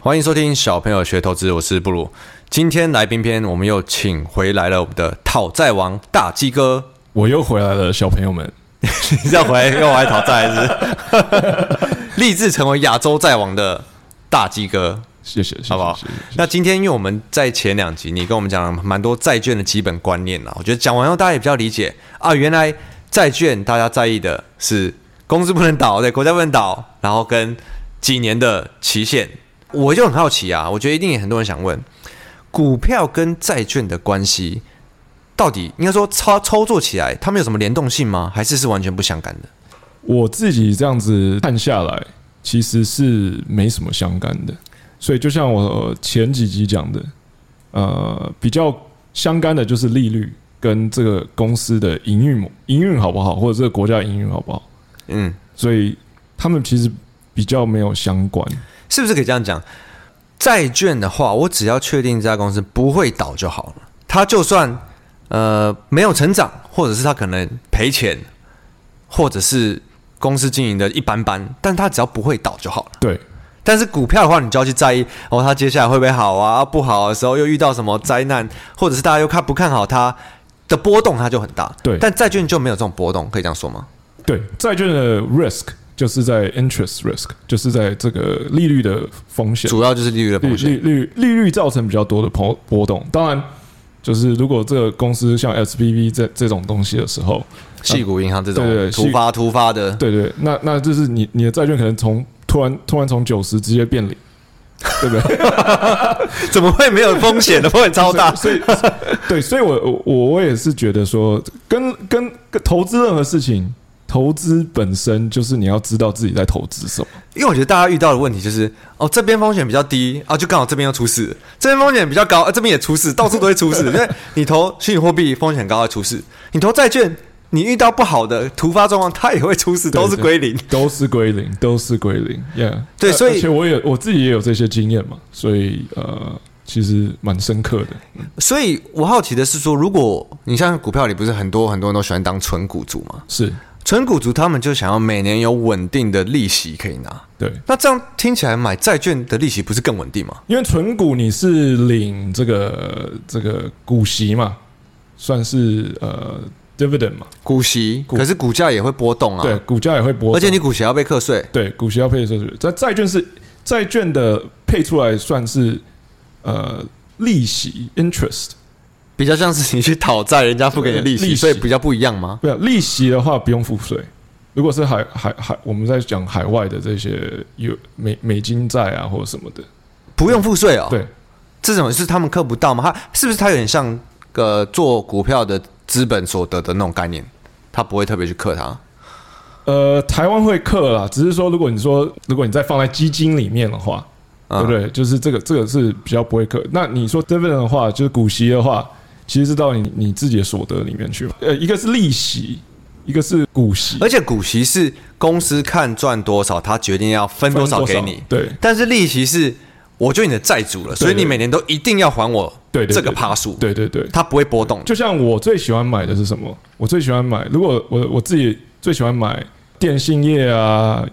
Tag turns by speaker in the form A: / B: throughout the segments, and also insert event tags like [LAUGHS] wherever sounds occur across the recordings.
A: 欢迎收听小朋友学投资，我是布鲁。今天来宾篇，我们又请回来了我们的讨债王大鸡哥， [LAUGHS]
B: 我又回来了，小朋友们。
A: 你是要回来又来讨债是？ [LAUGHS] 立志成为亚洲债王的大鸡哥，
B: 谢谢，谢谢
A: 好不好
B: 谢谢谢谢
A: 那今天因为我们在前两集，你跟我们讲了蛮多债券的基本观念啊啦，我觉得讲完后大家也比较理解啊，原来债券大家在意的是公司不能倒，对，国家不能倒，然后跟几年的期限，我就很好奇啊，我觉得一定也很多人想问，股票跟债券的关系到底应该说操操作起来，它们有什么联动性吗？还是是完全不相干的？
B: 我自己这样子看下来，其实是没什么相干的。所以就像我前几集讲的，呃，比较相干的就是利率跟这个公司的营运模营运好不好，或者这个国家的营运好不好。
A: 嗯，
B: 所以他们其实比较没有相关。
A: 是不是可以这样讲？债券的话，我只要确定这家公司不会倒就好了。它就算呃没有成长，或者是它可能赔钱，或者是公司经营的一般般，但它只要不会倒就好了。
B: 对，
A: 但是股票的话，你就要去在意哦，它接下来会不会好啊？不好的时候又遇到什么灾难，或者是大家又看不看好它的波动，它就很大。
B: 对
A: 但债券就没有这种波动，可以这样说吗？
B: 对，债券的 risk 就是在 interest risk，就是在这个利率的风险。
A: 主要就是利率的
B: 利
A: 风险。
B: 利率利率造成比较多的波波动。当然，就是如果这个公司像 SPV 这这种东西的时候，
A: 细股银行这种
B: 对对对
A: 突发突发的，
B: 对对，那那就是你你的债券可能从突然突然从九十直接变零， [LAUGHS] 对不对？
A: [LAUGHS] 怎么会没有风险的？风险超大。
B: 所以所以对，所以我我我我也是觉得说，跟跟跟投资任何事情。投资本身就是你要知道自己在投资什么，
A: [LAUGHS] 因为我觉得大家遇到的问题就是，哦，这边风险比较低啊，就刚好这边又出事了；这边风险比较高，啊，这边也出事，到处都会 [LAUGHS] 出事。因为你投虚拟货币风险很高会出事，你投债券，你遇到不好的突发状况，它也会出事，
B: 对
A: 都是归零。
B: [LAUGHS] 都是归零，都是归零，Yeah。
A: 对所以
B: 而且我也我自己也有这些经验嘛，所以呃，其实蛮深刻的。
A: 所以我好奇的是说，如果你像股票里不是很多很多人都喜欢当纯股族嘛？
B: 是
A: 纯股族他们就想要每年有稳定的利息可以拿，
B: 对，
A: 那这样听起来买债券的利息不是更稳定吗？
B: 因为存股你是领这个这个股息嘛，算是呃 dividend 嘛，
A: 股息，可是股价也会波动啊。
B: 对，股价也会波动，
A: 而且你股息要被课税，
B: 对股息要配税，在债券是债券的配出来算是呃利息 interest，
A: 比较像是你去讨债，人家付给你的利
B: 利
A: 息，
B: 息
A: 所以比较不一样吗？
B: 不要啊利息的话不用付税。如果是海海海，我们在讲海外的这些有美美金债啊或者什么的，
A: 不用付税哦。
B: 对，
A: 这种是他们课不到吗？它是不是它有点像呃做股票的资本所得的那种概念？他不会特别去克它。
B: 呃，台湾会克啦，只是说如果你说如果你再放在基金里面的话，
A: 啊
B: 对不对？就是这个这个是比较不会克。那你说 dividend 的话，就是股息的话，其实是到你你自己的所得里面去嘛。呃，一个是利息，一个是股息，
A: 而且股息是公司看赚多少，他决定要分多少给你。
B: 对
A: 但是利息是我就你的债主了，所以
B: 对对
A: 你每年都一定要还我
B: 对对，
A: 这个
B: 对
A: 趴数，
B: 对对对。
A: 它不会波动。
B: 就像我最喜欢买的是什么？我最喜欢买，如果我我自己最喜欢买电信业啊，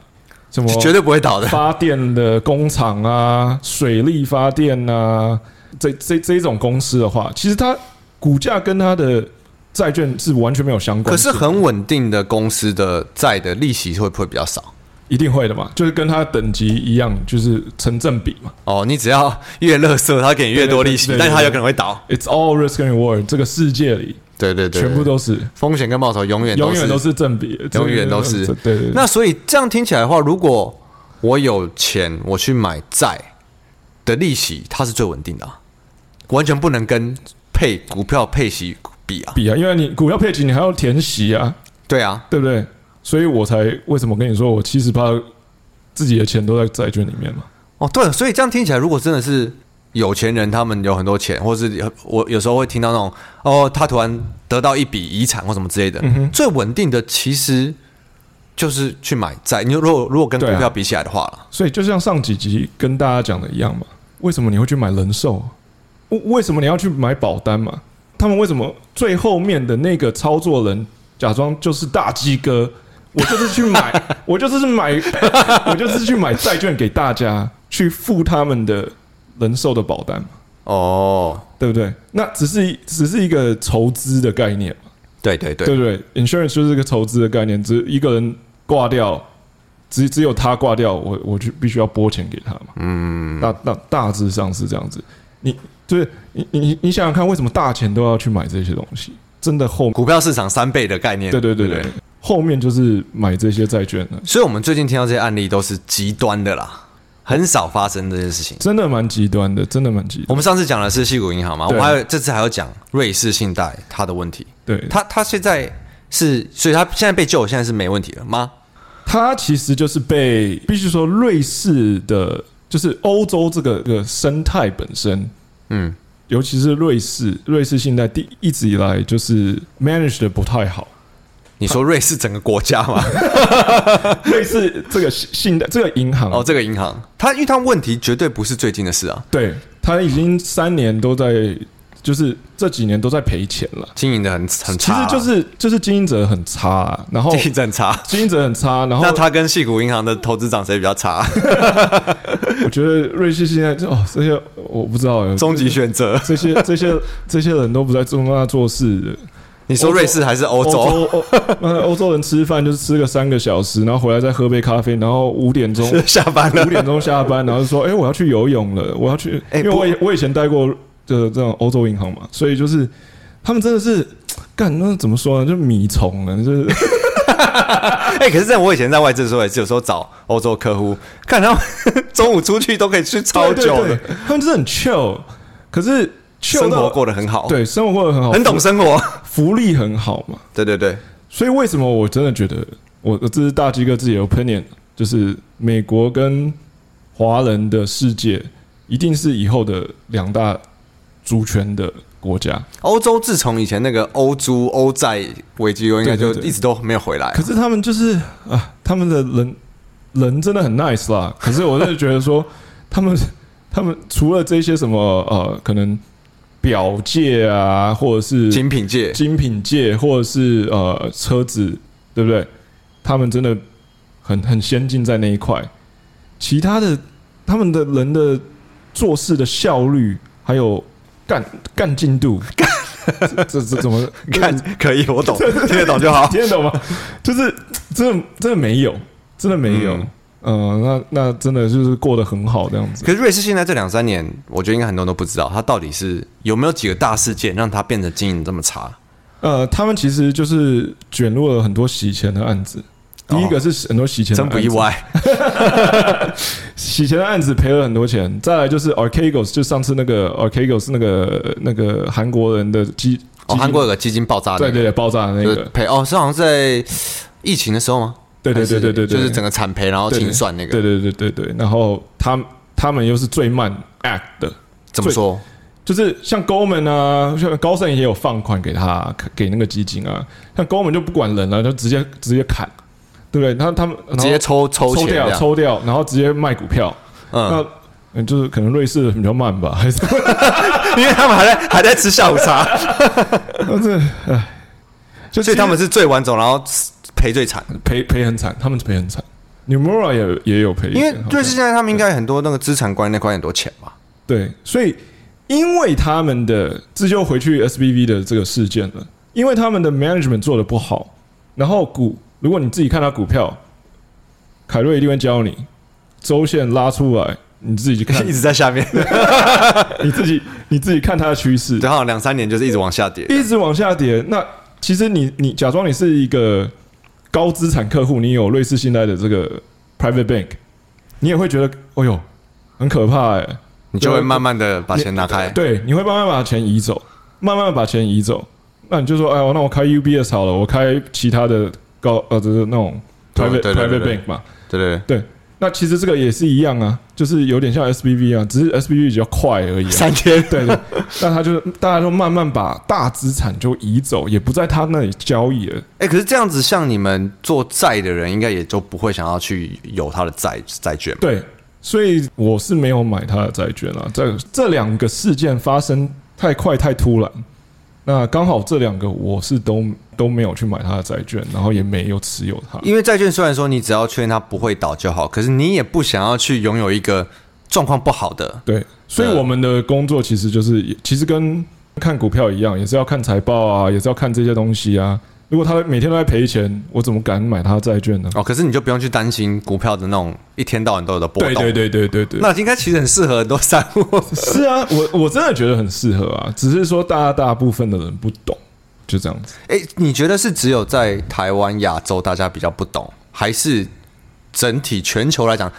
B: 什么
A: 绝对不会倒的，
B: 发电的工厂啊，水力发电啊，这这这一种公司的话，其实它股价跟它的债券是完全没有相关
A: 可
B: 性
A: 是
B: 的，
A: 很稳定的公司的债的利息会不会比较少？
B: 一定会的嘛，就是跟它等级一样，就是成正比嘛。
A: 哦，你只要越乐色，他给你越多利息
B: 对，对对对
A: 但是他有可能会倒。
B: It's all risk and reward，这个世界里
A: 对对对，
B: 全部都是，
A: 风险跟报酬永远
B: 永远
A: 是。
B: 都是正比的，
A: 永远都是
B: 这对对对。
A: 那所以这样听起来的话，如果我有钱，我去买债的利息，它是最稳定的啊、完全不能跟配股票配息比啊。
B: 比啊，因为你股票配置你还要填息啊，
A: 对啊，
B: 对不对？所以我才为什么跟你说我七十八自己的钱都在债券里面嘛。
A: 哦对，所以这样听起来，如果真的是有钱人，他们有很多钱，或是有我有时候会听到那种哦，他突然得到一笔遗产或什么之类的，
B: 嗯哼
A: 最稳定的其实就是去买债。你如果如果跟股
B: 对啊
A: 票比起来的话啦
B: 所以就像上几集跟大家讲的一样嘛，为什么你会去买人寿？啊为为什么你要去买保单嘛？他们为什么最后面的那个操作人假装就是大鸡 [LAUGHS] 哥？我就是去买，我就是去买，我就是去买债券给大家。去付他们的人寿的保单嘛，
A: 哦，
B: 对不对？那只是一只是一个筹资的概念嘛，
A: 对对对
B: 对不对？Insurance 就是一个筹资的概念，只一个人挂掉，只只有他挂掉，我我就必须要拨钱给他嘛。嗯，大大大致上是这样子。你就是你你你你想想看，为什么大钱都要去买这些东西？真的后
A: 股票市场三倍的概念，
B: 对对对
A: 不
B: 对，后面就是买这些债券了，
A: 所以我们最近听到这些案例都是极端的啦，很少发生这件事情。
B: 真的蛮极端的，真的蛮极
A: 我
B: 端。
A: 们上次讲的是系股银行嘛，我
B: 对
A: 们还有这次还要讲瑞士信贷它的问题，
B: 对，
A: 它它现在是，所以它现在被救，现在是没问题了吗？
B: 它其实就是被必须说瑞士的，就是欧洲这个这个生态本身，
A: 嗯，
B: 尤其是瑞士，瑞士信贷第一直以来就是 manage 的不太好。 [LAUGHS]
A: 你说瑞士整个国家 [LAUGHS] 嘛？
B: 瑞士这个信信贷这个银行，
A: 哦，这个银行，它因为它问题绝对不是最近的事啊，
B: 对，它已经三年都在，就是这几年都在赔钱了。
A: 经营的很很
B: 其
A: 差
B: 实
A: 啊，
B: 就是就是经营者很差啊、然
A: [LAUGHS]
B: 后
A: 经营得很差。
B: 经营者很差，然后
A: 那它跟系股银行的投资长谁比较 [LAUGHS] 差？
B: 我觉得瑞士现在就哦，这些我不知道哎，
A: 终极选择，
B: 这些这些这些人都不在做那做事的。
A: 你说瑞士还是欧洲？
B: 欧欧呃欧洲人吃饭就是吃个三个小时，然后回来再喝杯咖啡，然后五点
A: [LAUGHS]
B: 钟
A: 下班了
B: 五，点钟下班，然后就说：“哎、我要去游泳了，我要去。
A: 哎
B: 因为
A: 不
B: 我以我以前待过这这种欧洲银行嘛，所以就是他们真的是干那怎么说呢？就米虫呢，
A: [LAUGHS]
B: 就是
A: 哎、可是在我以前在外资的时候，也是有时候找欧洲客 [LAUGHS] 户，看他们 [LAUGHS] 中午出去都可以去超久的，
B: 对对对他们真的很 chill，可是 chill
A: 生活
B: 到
A: 过得很好，，
B: 对生活过得很好，
A: 很懂生活。
B: 福利很好嘛。
A: 对对对，
B: 所以为什么我真的觉得，我我这是大鸡哥自己的 opinion，就是美国跟华人的世界一定是以后的两大主权的国家。
A: 欧洲自从以前那个欧租欧债危机以后，应该就
B: 对对对
A: 一直都没有回来。
B: 可是他们就是啊，他们的人人真的很 nice 啦。可是我真的觉得说， [LAUGHS] 他们他们除了这些什么呃，可能表界啊，或者是
A: 精品界，
B: 精品界或者是呃车子，对不对？他们真的很很先进在那一块。其他的，他们的人的做事的效率，还有干干进度， [LAUGHS] 这这这怎么
A: 看
B: [LAUGHS]
A: 可以，我懂，听得懂就好。
B: 听得懂吗？就是真的真的没有，真的没有。
A: 嗯
B: 呃，那那真的就是过得很好这样子。
A: 可是瑞士现在这两三年，我觉得应该很多人都不知道，它到底是有没有几个大事件让它变得经营这么差？
B: 呃，他们其实就是卷入了很多洗钱的案子。第一个是很多洗钱的
A: 真
B: 案子，
A: 不意
B: 哎
A: 外。
B: 洗钱的案子赔了很多钱，再来就是 Archegos，就上次那个 Archegos 那个那个韩国人的基，
A: 哦，
B: 基
A: 韩国有个基金爆炸的，
B: 对对对爆炸的那
A: 就是
B: 个，
A: 赔哦，是好像在疫情的时候吗？
B: 对对
A: 还是
B: 对对对对，
A: 就是整个产赔然后
B: 对对
A: 清算那个
B: 对，对对对对，然后他他们又是最慢 act 的，
A: 怎么说？
B: 就是像 Goldman 啊，像高盛也有放款给他给那个基金啊，像 Goldman 就不管人了，就直接直接砍，对不对？然后他们然后
A: 直接抽抽
B: 抽
A: 钱这
B: 掉
A: 样，
B: 抽掉，然后直接卖股票，
A: 嗯，
B: 那嗯就是可能瑞士比较慢吧，还是
A: [LAUGHS]
B: [LAUGHS]
A: 因为他们还在还在吃下午茶，
B: 这唉，就
A: 所以
B: 其实
A: 他们是最完整，然后赔最惨。
B: 赔赔很惨，他们赔很惨。Numura 也也有赔一
A: 因为
B: 点，好像
A: 瑞士现在他们应该很多那个资产管理那块很多钱吧？
B: 对，所以因为他们的这就回去 SBV 的这个事件了，因为他们的 management 做的不好，然后股如果你自己看到股票，凯瑞一定会教你周线拉出来，你自己去看
A: [LAUGHS]
B: [LAUGHS]
A: 一，直在下 [LAUGHS] 面，
B: 你自己你自己看它的趋势，
A: 然后两三年就是一直往下 [LAUGHS] 跌。
B: 一直往下跌。那其实你你假装你是一个高资产客户，你有瑞士信贷的这个 private bank，你也会觉得，哎呦，很可怕哎、
A: 你就会慢慢的把钱拿开，
B: 对，你会慢慢把钱移走，慢慢把钱移走。那你就说，哎，那我开 UBS 好了，我开其他的高呃，就是那种
A: 对
B: private
A: 对对对
B: private
A: 对
B: bank 嘛。
A: 对对
B: 对，那其实这个也是一样啊，就是有点像 SBV 啊，只是 SBV 比较快而已、
A: 对，
B: 啊。
A: 三天
B: [LAUGHS] 对对，那他就大家就慢慢把大资产就移走，也不在他那里交易了。
A: [LAUGHS] 哎、可是这样子，像你们做债的人，应该也就不会想要去有他的债债券嘛。
B: 对，所以我是没有买他的债券啊。这这两个事件发生太快太突然，那刚好这两个我是都都没有去买他的债券，然后也没有持有它。
A: 因为债券虽然说你只要确认它不会倒就好，可是你也不想要去拥有一个状况不好的，
B: 对，所以我们的工作其实就是，其实跟看股票一样，也是要看财报啊，也是要看这些东西啊。如果他每天都在赔钱，我怎么敢买他债券呢？
A: 哦，可是你就不用去担心股票的那种一天到晚都有的波
B: 对
A: 动。
B: 对对对对对，
A: 那应该其实很适合很多散户。
B: 是啊，我我真的觉得很适合啊，只是说大家大部分的人不懂，就这样子。
A: 哎、你觉得是只有在台湾、亚洲大家比较不懂，还是整体全球来讲，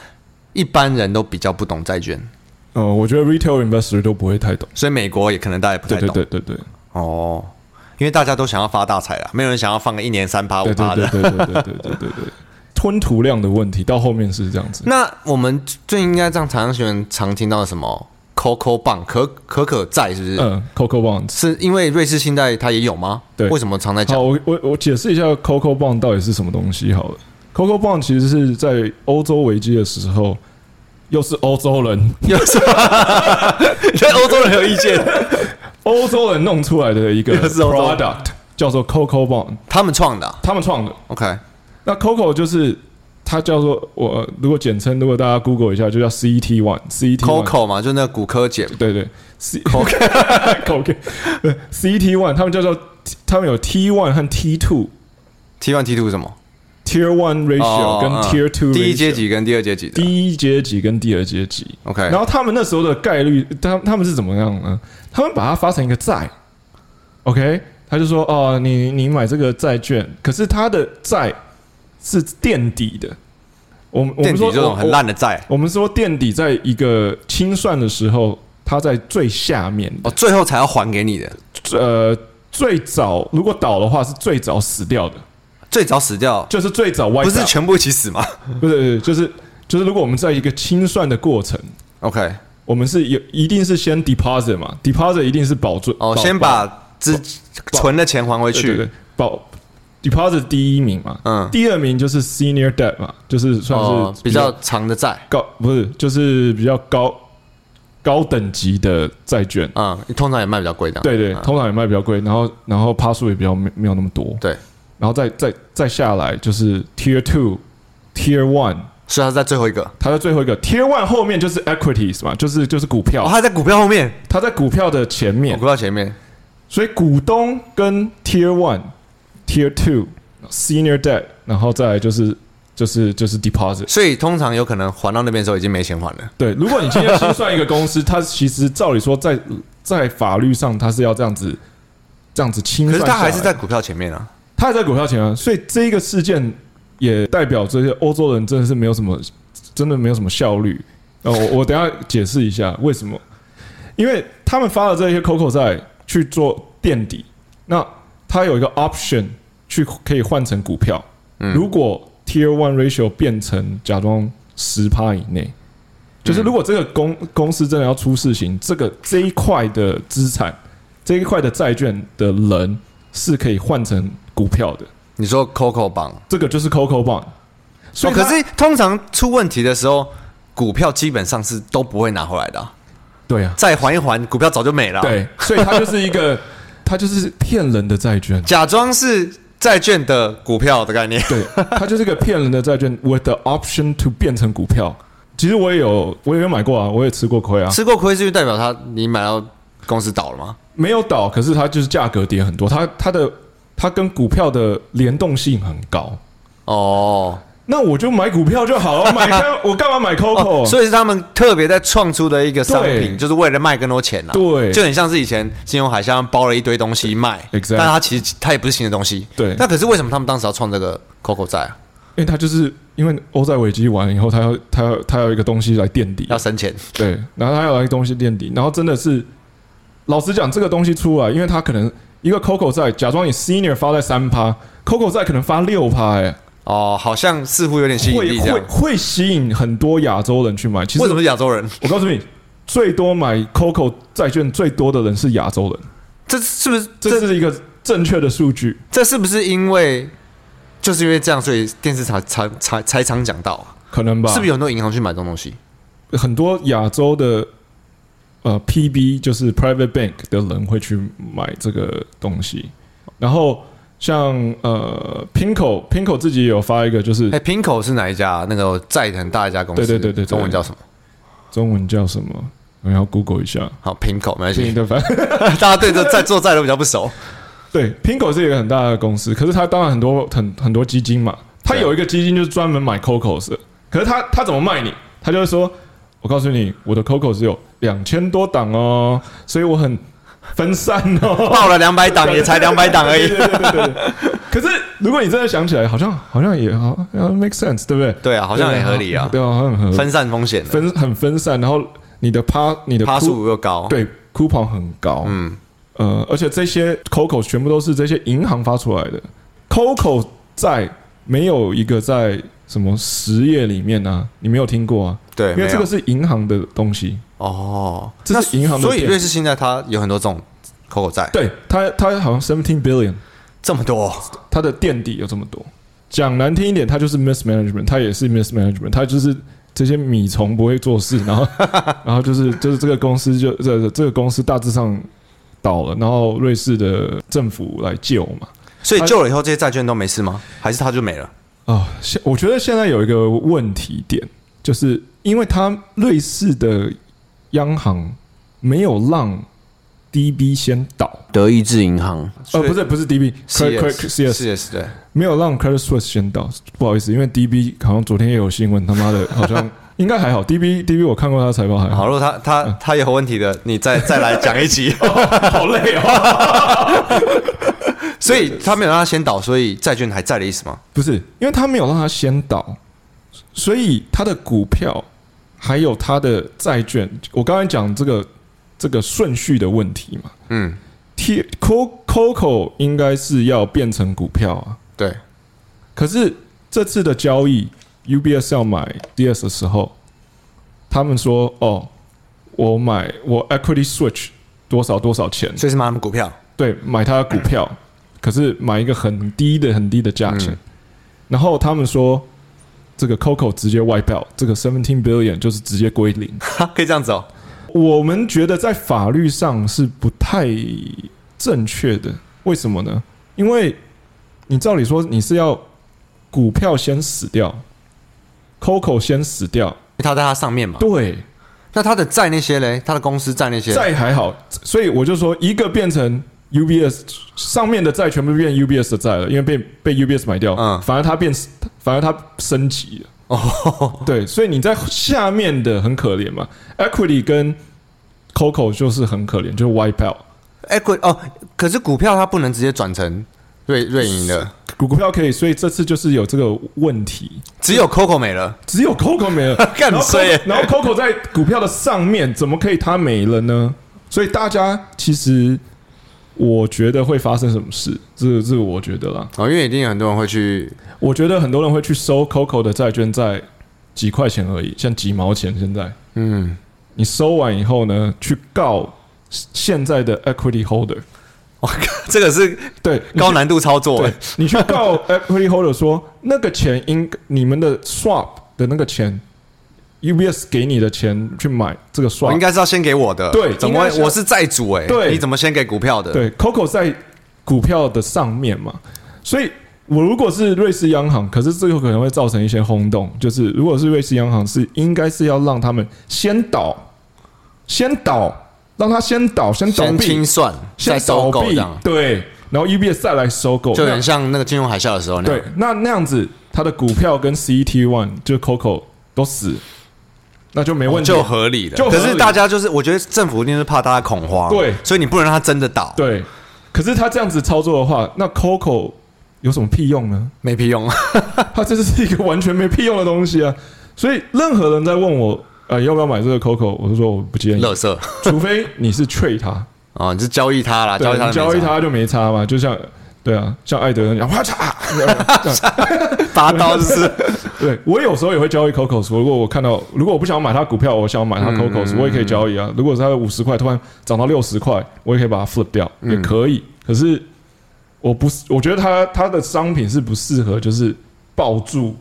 A: 一般人都比较不懂债券？
B: 呃，我觉得 retail investor 都不会太懂。
A: 所以美国也可能大家也不太
B: 对
A: 懂
B: 对对对对
A: 哦，因为大家都想要发大财啦，没有人想要放个一年三趴五
B: 对对
A: 趴
B: 对
A: 的。
B: 对对对对对对对，吞吐量的问题到后面是这样子。
A: 那我们最应该这样，常学员常听到的什么 COCO 棒可可可债是不是？
B: 嗯，Coco Bonds。
A: 是因为瑞士信贷它也有吗？
B: 对
A: 为什么常在讲
B: 好，？我我我解释一下 Coco Bond 到底是什么东西好了。Coco Bond 其实是在欧洲危机的时候，又是欧洲人，
A: 有什么？ [LAUGHS] 对欧洲人有意见？
B: 欧洲人弄出来的一个
A: 又是欧洲
B: product 叫做 Coco Bond，
A: 他们创的啊、
B: 他们创的。
A: OK，
B: 那 Coco 就是它叫做我如果简称，如果大家 Google 一下，就叫 CET One，CET One。
A: Coco 嘛，就那个骨科碱
B: 对对，C
A: [LAUGHS]
B: [LAUGHS] Coco CET One，他们叫做他们有 T One 和 T Two。
A: T one T two 什么
B: Tier One ratio 跟
A: 嗯
B: Tier Two，
A: 第一阶级跟第二阶级的
B: 第一阶级跟第二阶级。
A: OK，
B: 然后他们那时候的概率，他他们是怎么样呢？他们把它发成一个债，OK，他就说哦，你你买这个债券，可是它的债是垫底的。我们我
A: 垫
B: 们
A: 底
B: 说
A: 这种很
B: 我
A: 烂的债
B: 我们说垫底在一个清算的时候，它在最下面
A: 哦，最后才要还给你的，
B: 呃，最早如果倒的话是最早死掉的，
A: 最早死掉
B: 就是最早歪
A: 不
B: 掉，
A: 是全部一起死吗
B: 不是不是就是就是如果我们在一个清算的过程，
A: ？OK，
B: 我们是有一定是先 deposit 嘛，deposit 一定是保准
A: 哦，
B: 保
A: 先把资
B: 保
A: 存的钱还回
B: 保对对对
A: 去，
B: 保 deposit 第一名嘛，
A: 嗯
B: 第二名就是 senior debt 嘛，就是算
A: 哦
B: 是，
A: 比较长的债，
B: 高不是就是比较高高等级的债券，
A: 嗯，通常也卖比较贵的，
B: 对对，
A: 嗯
B: 通常也卖比较贵，然后然后趴数也比较没没有那么多，
A: 对，
B: 然后再再再下来就是 tier two tier one。
A: 所以它是在最后一个，
B: 它在最后一个 Tier One 后面就是 equities 嘛，就是就是股票，
A: 哦，它在股票后面，哦
B: 它在股票的前面
A: 股，票前面，
B: 所以股东跟 Tier One、Tier Two、Senior Debt，然后再来就是就是就是 Deposit。
A: 所以通常有可能还到那边的时候已经没钱还了，
B: 对，如果你今天清算一个公
A: [LAUGHS]
B: 司，它其实照理说在在法律上它是要这样子这样子清
A: 可
B: 算
A: 是
B: 下来，
A: 它还是在股票前面啊。
B: 它还在股票前啊，所以这一个事件也代表这些欧洲人真的是没有什么真的没有什么效率。呃，我我等一下解释一下为什么，因为他们发了这些 COCO 债去做垫底，那它有一个 option 去可以换成股票。如果 Tier One ratio 变成假装十趴以内，就是如果这个公公司真的要出事情，这个这一块的资产，这一块的债券的人是可以换成股票的，
A: 你说 Coco 榜，
B: 这个就是 COCO bond。所
A: 哦
B: 以它、
A: 可是通常出问题的时候，股票基本上是都不会拿回来的啊、
B: 对啊，
A: 再还一还，股票早就没了啊、
B: 对，所以它就是一个， [LAUGHS] 它就是骗人的债券，
A: 假装是债券的股票的概念。
B: 对，它就是一个骗人的债券，with the option to 变成股票。其实我也有，我也有买过啊，我也吃过亏啊，
A: 吃过亏是就代表他你买到公司倒了吗？
B: 没有倒，可是它就是价格跌很多，它它的它跟股票的联动性很高。
A: 哦，
B: 那我就买股票就好
A: [LAUGHS]
B: 了，买干我干嘛买 COCO？、
A: 哦所以是他们特别在创出的一个商
B: 对
A: 品，就是为了卖更多钱啊。
B: 对
A: 就很像是以前金融海象包了一堆东西卖
B: Exactly
A: 但它其实它也不是新的东西。
B: 对
A: 那可是为什么他们当时要创这个 COCO 债啊？
B: 因为他就是因为欧债危机完以后，他要他要他要一个东西来垫底
A: 要，生钱？
B: 对，然后他要来一个东西垫底，然后真的是老实讲，这个东西出来，因为他可能一个 COCO 债，假装你 Senior 发在三趴，COCO 债可能发六趴，哎、
A: 哦，好像似乎有点吸引
B: 会
A: 力这样
B: 会。会吸引很多亚洲人去买。其实
A: 为什么是亚洲人？
B: 我告诉你，最多买 COCO 债券最多的人是亚洲人，
A: 这是不是
B: 这
A: 这
B: 是一个正确的数据。
A: 这是不是因为就是因为这样，所以电视台才才才常讲到啊？
B: 可能吧？
A: 是不是有很多银行去买这种东西？
B: 很多亚洲的呃 PB 就是 private bank 的人会去买这个东西，然后像呃 Pinko Pinko 自己也有发一个，就是
A: 哎、p i n k o 是哪一家？那个债很大一家公司，
B: 对对对对对
A: 中文叫什么？
B: 中文叫什么？我要 Google 一下。
A: 好，平口没关
B: 对
A: 系，
B: 对，反正
A: 大家对这在做债都比较不熟。
B: [LAUGHS] 对 Pingo 是一个很大的公司，可是它当然很多很很多基金嘛，它
A: 对
B: 有一个基金就是专门买 Cocos，的可是它它怎么卖你？它就会说，我告诉你，我的 Cocos 有两千多档哦，所以我很分散哦。
A: 报了两百
B: [LAUGHS]
A: 档，啊也才两百档而已。
B: 对对对对对。
A: [LAUGHS]
B: 可是如果你真的想起来，好像好像也好像 make sense，对不对？
A: 对啊，好像很合理啊，
B: 对啊，好像很合
A: 分散风险的，
B: 分很分散，然后你的趴你的
A: 趴
B: coup-
A: 数又高。，
B: 对 coupon 很高，
A: 嗯，
B: 呃，而且这些 COCO 全部都是这些银行发出来的，COCO 在没有一个在什么实业里面啊，你没有听过啊，
A: 对，
B: 因为
A: 没
B: 这
A: 有
B: 个是银行的东西，
A: 哦，
B: 这是
A: 那
B: 银行的
A: 所以
B: 店
A: 瑞士现在它有很多这种口口债，
B: 对它它好像 seventeen billion，
A: 这么多，
B: 它的垫底有这么多。讲难听一点，它就是 mismanagement，它也是 mismanagement，它就是这些米虫不会做事，然后 [LAUGHS] 然后就是就是这个公司就这这个公司大致上倒了，然后瑞士的政府来救嘛。
A: 所以救了以后这些债券都没事吗？还是它就没了？
B: 啊，现我觉得现在有一个问题点，就是因为它瑞士的央行没有让 DB 先倒，
C: 德意志银行
B: 呃，不是不是 DB，CS
A: ，CS
B: CS
A: CS 对，
B: 没有让 Credit Suisse 先倒，不好意思，因为 DB 好像昨天也有新闻，他妈的好像应该还好，DB [LAUGHS] DB 我看过他的财报还
A: 好，
B: 好，
A: 如果它它它有问题的，你再再来讲一 [LAUGHS] 集。
B: 好累哦，
A: 哦 [LAUGHS] 所以他没有让它先倒，所以债券还在的意思吗？
B: 不是，因为他没有让他先倒，所以他的股票还有他的债券，我刚才讲这个这个顺序的问题嘛。
A: 嗯，
B: T Co Coco 应该是要变成股票啊，
A: 对，
B: 可是这次的交易，UBS 要买 DS 的时候，他们说哦，我买我 Equity Switch 多少多少钱，
A: 所以是买他们股票。 [LAUGHS]
B: 对，买它的股票，可是买一个很低的很低的价钱，然后他们说。这个 Coco 直接 wipe out，这个 seventeen billion 就是直接归零。
A: 哈，可以这样子哦。
B: 我们觉得在法律上是不太正确的，为什么呢？因为你照理说你是要股票先死掉，Coco 先死掉，
A: 他在它上面嘛，
B: 对，
A: 那他的债那些嘞，他的公司债那些，
B: 债还好，所以我就说一个变成 UBS 上面的债全部变 UBS 的债了，因为被被 UBS 买掉，
A: 嗯
B: 反而它变，反而它升级了。哦，对，所以你在下面的很可怜嘛，Equity 跟 Coco 就是很可怜，就是 wipe out。
A: equity 哦，可是股票它不能直接转成瑞瑞银的，
B: [LAUGHS] 股票可以，所以这次就是有这个问题，
A: 只有 Coco 没了，
B: 只有 Coco 没了，
A: [LAUGHS] 干
B: 然后
A: 衰
B: Coco- 然后 Coco 在股票的上面，怎么可以它没了呢？所以大家其实我觉得会发生什么事，这这我觉得啦，
A: 哦，因为一定有很多人会 [LAUGHS] 去，
B: 我觉得很多人会去收 Coco 的债券，在几块钱而已，像几毛钱。现在
A: 嗯，
B: 你收完以后呢，去告现在的 equity holder，
A: 我靠，这个是
B: 对，你去
A: 高难度操 [LAUGHS] 作欸
B: 对，你去告 equity holder 说，那个钱应你们的 swap 的那个钱，UBS 给你的钱去买这个
A: 哦我应
B: swap，
A: 该是要先给我的，
B: 对
A: 怎么
B: 应该是
A: 会
B: 要
A: 我是债主哎，
B: 对
A: 你怎么先给股票的？，
B: 对，Coco 在股票的上面嘛，所以我如果是瑞士央行，可是这个可能会造成一些轰动，就是如果是瑞士央行是应该是要让他们先倒，先倒，让他先倒，先倒
A: 先
B: 闭
A: 清，算，再
B: 先
A: 收
B: 倒
A: 购这
B: 闭
A: 样，，
B: 对，然后 UBS 再来收购，
A: 就有
B: 那
A: 点像那个金融海啸的时候那
B: 对
A: 样。，
B: 那那样子，他的股票跟 CET One 就 Coco 都死，那就没问题。
A: 哦就合理了，
B: 就合
A: 可
B: 理
A: 是大家就是，我觉得政府一定是怕大家恐慌，
B: 对
A: 所以你不能让它真的倒，，
B: 对，可是他这样子操作的话，那 Coco 有什么屁用呢？
A: 没屁用。
B: 它这是一个完全没屁用的东西啊！所以任何人在问我，呃，要不要买这个 Coco，我就说我不建议，
A: 垃圾
B: 除非你是 trade 它，
A: 啊，你是交易它啦，
B: 对
A: 交易它，
B: 你交易，它就没差嘛，就像。对啊，像艾德，哇嚓！这样
A: 拔刀就是。
B: 对我有时候也会交易 Coco，如果我看到，如果我不想买它股票，我想买
A: 嗯
B: 它 Coco，、我也可以交易啊。如果它五十块突然涨到六十块，我也可以把它 flip 掉，
A: 嗯
B: 也可以。可是我不是，我觉得它它的商品是不适合，就是抱住，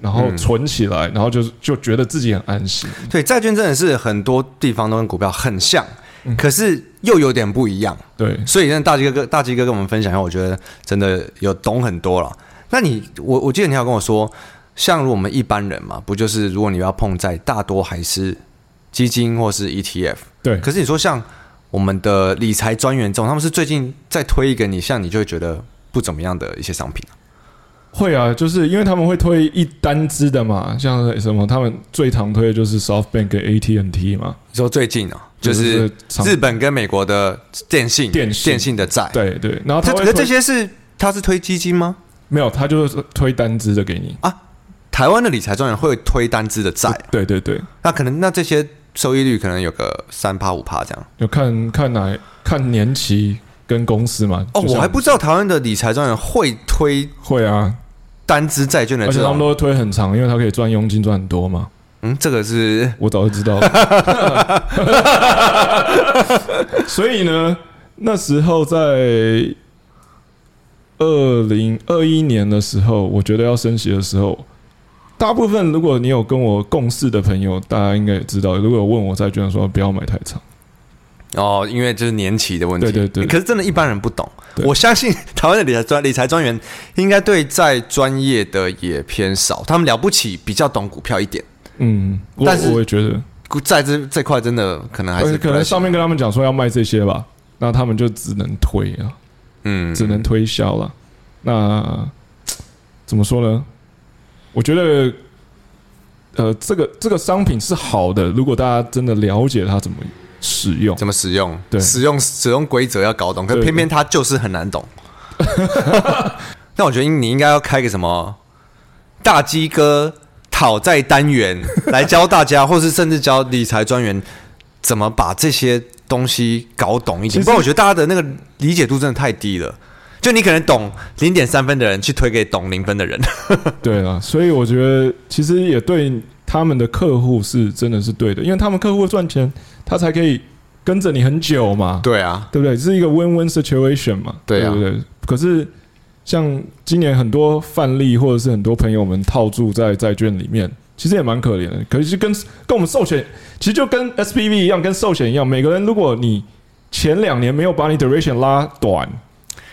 B: 然后
A: 嗯
B: 存起来，然后就是就觉得自己很安心。
A: [LAUGHS] 对，债券真的是很多地方都跟股票很像，
B: 嗯
A: 可是又有点不一样。
B: 对，
A: 所以，让大鸡哥、大鸡哥跟我们分享一下，我觉得真的有懂很多了。那你，我我记得你还有跟我说，像如果我们一般人嘛，不就是如果你要碰债，大多还是基金或是 ETF。
B: 对，
A: 可是你说像我们的理财专员这种，他们是最近在推一个你像你就会觉得不怎么样的一些商品啊
B: 会啊，就是因为他们会推一单支的嘛，像是什么他们最常推的就是 SoftBank 跟 AT&T 嘛，
A: 你说最近哦，就是
B: 是常
A: 日本跟美国的电信
B: 电信
A: 电信的债，
B: 对对，然后
A: 这
B: 他
A: 可
B: 会
A: 是这
B: 推
A: 些是他是推基金吗？
B: 没有，他就是推单支的给你，
A: 台湾的理财专员会推单支的债啊，
B: 对对对，
A: 那可能那这些收益率可能有个三趴五趴这样。
B: 就看看哪看年期跟公司嘛。
A: 哦，
B: 就像
A: 我还不知道台湾的理财专员会推
B: 会啊，
A: 单支债券的
B: 而
A: 这
B: 且他们
A: 种，
B: 都会推很长，因为他可以赚佣金赚很多嘛。
A: 嗯，这个是
B: 我早就知道了，
A: [LAUGHS]
B: 所以呢，那时候在二零二一年的时候，我觉得要升息的时候，大部分如果你有跟我共事的朋友，大家应该也知道，如果有问我债券说不要买太长，
A: 哦，因为就是年期的问题。
B: 对对对
A: 可是真的，一般人不懂。
B: 对
A: 我相信台湾的理财专理财专员应该对在专业的也偏少，他们了不起比较懂股票一点，
B: 嗯，我
A: 但是
B: 我也觉得，
A: 股在这这块真的可能还
B: 而
A: 是
B: 且可
A: 不太
B: 能
A: 行
B: 上面跟他们讲说要卖这些吧，那他们就只能推啊。
A: 嗯
B: 只能推销了。那怎么说呢？我觉得，呃，这个这个商品是好的，如果大家真的了解它怎么使用，
A: 怎么使用，
B: 对
A: 使用使用规则要搞懂，可
B: 对
A: 偏偏他就是很难懂。 [LAUGHS] 那我觉得你应该要开个什么大鸡哥讨债单元来教大
B: [LAUGHS]
A: 家，或是甚至教理财专员怎么把这些东西搞懂一
B: 其
A: 点。
B: 实
A: 不然我觉得大家的那个理解度真的太低了。就你可能懂零点三分的人去推给懂零分的人，
B: 对了，所以我觉得其实也对他们的客户是真的是对的，因为他们客户赚钱，他才可以跟着你很久嘛，
A: 对啊，
B: 对不对？是一个 win-win situation 嘛，
A: 对啊
B: 不对？可是像今年很多范例，或者是很多朋友们套住在债券里面，其实也蛮可怜的。可是跟跟我们寿险，其实就跟 SPV 一样，跟寿险一样，每个人如果你前两年没有把你 duration 拉短，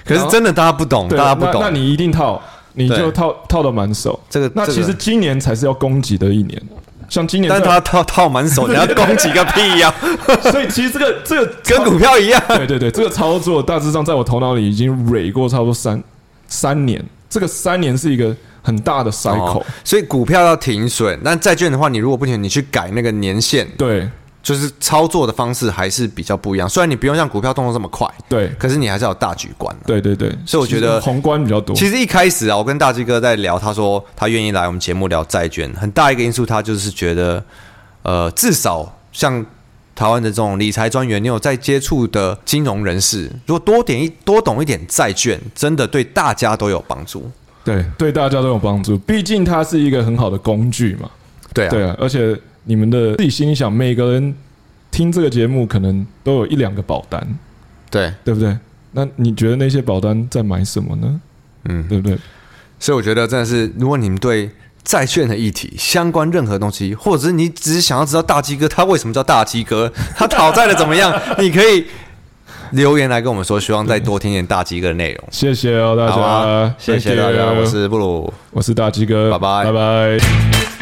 A: 可是真的大家不懂，大
B: 对，
A: 家不
B: 那，那
A: 懂
B: 你一定套，你
A: 对
B: 就套套的满手。
A: 这个。
B: 那
A: 这个
B: 其实，今年才是要供给的一年，像今年
A: 但
B: 这
A: 是
B: 样，
A: 他套套满手，你要攻击个屁
B: [LAUGHS]
A: 呀、
B: 所以其实这个这个
A: 跟股票一样。
B: [LAUGHS] 对对对，这个操作大致上在我头脑里已经蕊过差不多三三年，这个三年是一个很大的 cycle，、
A: 哦所以股票要停损，但债券的话，你如果不停，你去改那个年限，
B: 对
A: 就是操作的方式还是比较不一样。虽然你不用像股票动作这么快，
B: 对
A: 可是你还是要有大局观、啊。
B: 对对对，
A: 所以我觉得
B: 其实宏观比较多，
A: 其实一开始啊，我跟大鸡哥在聊，他说他愿意来我们节目聊债券，很大一个因素他就是觉得，呃，至少像台湾的这种理财专员，你有在接触的金融人士，如果多点一多懂一点债券，真的对大家都有帮助。
B: 对对大家都有帮助，毕竟它是一个很好的工具嘛，
A: 对啊，
B: 对啊，而且你们的自己心里想，每个人听这个节目可能都有一两个保单，
A: 对，
B: 对不对？那你觉得那些保单在买什么呢？
A: 嗯。
B: 对不对？
A: 所以我觉得真的是，如果你们对债券的议题相关任何东西，或者是你只是想要知道大鸡哥他为什么叫大鸡哥，他讨债的怎么样， [LAUGHS] 你可以留言来跟我们说，希望再多听点大鸡哥的内容。
B: 谢谢哦，大
A: 好
B: 家
A: 啊，，谢谢
B: Thank
A: 大
B: you
A: 家，我是布鲁。
B: 我是大鸡哥，
A: 拜拜
B: 拜拜。